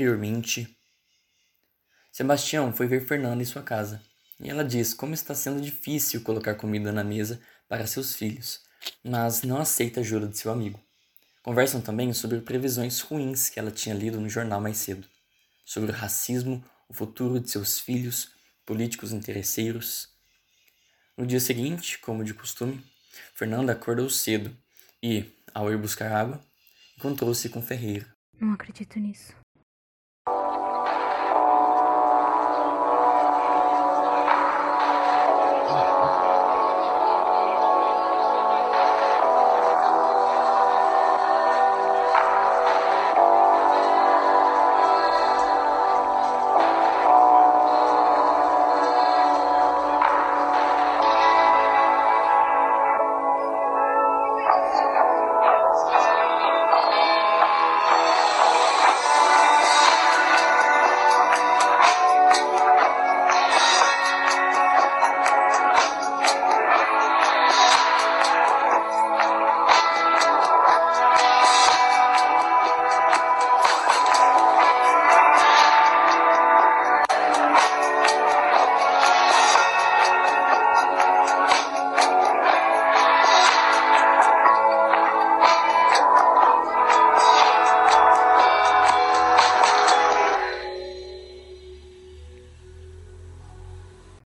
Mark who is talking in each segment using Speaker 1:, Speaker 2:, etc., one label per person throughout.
Speaker 1: Anteriormente, Sebastião foi ver Fernanda em sua casa e ela diz como está sendo difícil colocar comida na mesa para seus filhos, mas não aceita a ajuda de seu amigo. Conversam também sobre previsões ruins que ela tinha lido no jornal mais cedo, sobre o racismo, o futuro de seus filhos, políticos interesseiros. No dia seguinte, como de costume, Fernanda acordou cedo e, ao ir buscar água, encontrou-se com Ferreira.
Speaker 2: Não acredito nisso.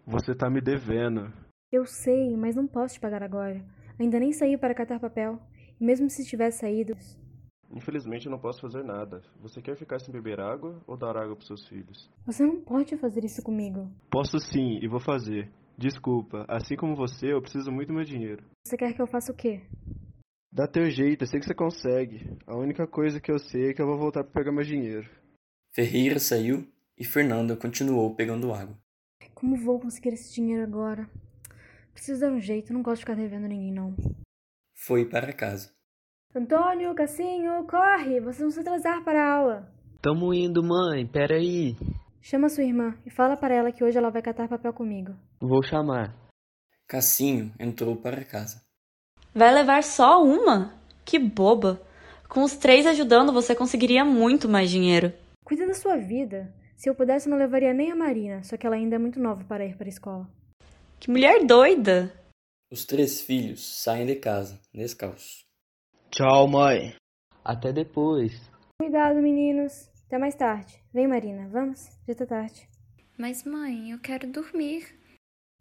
Speaker 3: Você tá me devendo.
Speaker 2: Eu sei, mas não posso te pagar agora. Ainda nem saí para catar papel. E mesmo se tivesse saído.
Speaker 3: Infelizmente eu não posso fazer nada. Você quer ficar sem beber água ou dar água pros seus filhos?
Speaker 2: Você não pode fazer isso comigo.
Speaker 3: Posso sim, e vou fazer. Desculpa, assim como você, eu preciso muito do meu dinheiro.
Speaker 2: Você quer que eu faça o quê?
Speaker 3: Dá teu jeito, eu sei que você consegue. A única coisa que eu sei é que eu vou voltar pra pegar meu dinheiro.
Speaker 1: Ferreira saiu e Fernanda continuou pegando água.
Speaker 2: Como vou conseguir esse dinheiro agora? Preciso dar um jeito, não gosto de ficar devendo ninguém, não.
Speaker 1: Foi para casa.
Speaker 2: Antônio, Cassinho, corre! Vocês vão se atrasar para a aula.
Speaker 4: Tamo indo, mãe, peraí.
Speaker 2: Chama sua irmã e fala para ela que hoje ela vai catar papel comigo.
Speaker 4: Vou chamar.
Speaker 1: Cassinho entrou para casa.
Speaker 5: Vai levar só uma? Que boba! Com os três ajudando, você conseguiria muito mais dinheiro.
Speaker 2: Cuida da sua vida. Se eu pudesse, eu não levaria nem a Marina, só que ela ainda é muito nova para ir para a escola.
Speaker 5: Que mulher doida!
Speaker 1: Os três filhos saem de casa, descalços.
Speaker 6: Tchau, mãe.
Speaker 4: Até depois.
Speaker 2: Cuidado, meninos. Até mais tarde. Vem, Marina, vamos? Já tá tarde.
Speaker 7: Mas, mãe, eu quero dormir.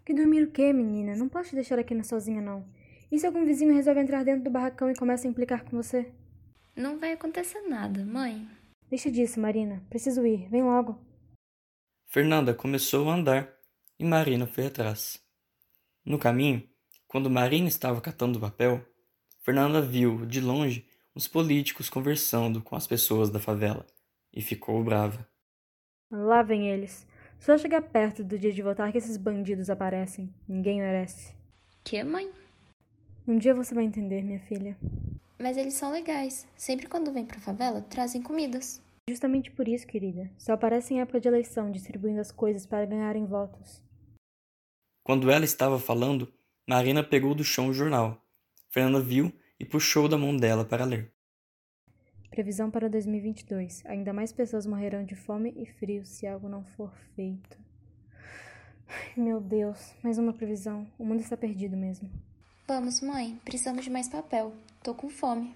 Speaker 2: Que dormir o quê, menina? Não posso te deixar aqui sozinha, não. E se algum vizinho resolve entrar dentro do barracão e começa a implicar com você?
Speaker 7: Não vai acontecer nada, mãe.
Speaker 2: Deixa disso, Marina. Preciso ir. Vem logo.
Speaker 1: Fernanda começou a andar e Marina foi atrás. No caminho, quando Marina estava catando papel, Fernanda viu, de longe, os políticos conversando com as pessoas da favela e ficou brava.
Speaker 2: Lá vem eles. Só chegar perto do dia de votar que esses bandidos aparecem. Ninguém merece.
Speaker 7: Que, mãe?
Speaker 2: Um dia você vai entender, minha filha.
Speaker 7: Mas eles são legais. Sempre quando vêm pra favela, trazem comidas.
Speaker 2: Justamente por isso, querida. Só aparecem em época de eleição, distribuindo as coisas para ganharem votos.
Speaker 1: Quando ela estava falando, Marina pegou do chão o jornal. Fernanda viu e puxou da mão dela para ler.
Speaker 2: Previsão para 2022. Ainda mais pessoas morrerão de fome e frio se algo não for feito. Ai, Meu Deus, mais uma previsão. O mundo está perdido mesmo.
Speaker 7: Vamos, mãe. Precisamos de mais papel. Tô com fome.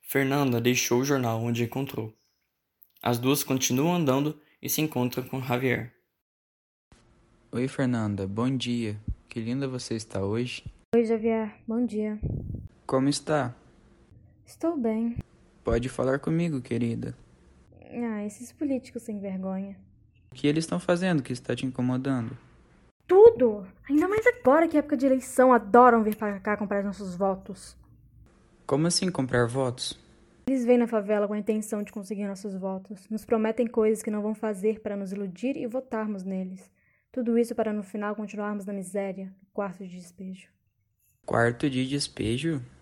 Speaker 1: Fernanda deixou o jornal onde a encontrou. As duas continuam andando e se encontram com Javier.
Speaker 8: Oi, Fernanda. Bom dia. Que linda você está hoje.
Speaker 2: Oi, Javier. Bom dia.
Speaker 8: Como está?
Speaker 2: Estou bem.
Speaker 8: Pode falar comigo, querida.
Speaker 2: Ah, esses políticos sem vergonha.
Speaker 8: O que eles estão fazendo que está te incomodando?
Speaker 2: Tudo! Ainda mais agora que é época de eleição, adoram vir para cá comprar nossos votos.
Speaker 8: Como assim comprar votos?
Speaker 2: Eles vêm na favela com a intenção de conseguir nossos votos. Nos prometem coisas que não vão fazer para nos iludir e votarmos neles. Tudo isso para no final continuarmos na miséria, no quarto de despejo.
Speaker 8: Quarto de despejo?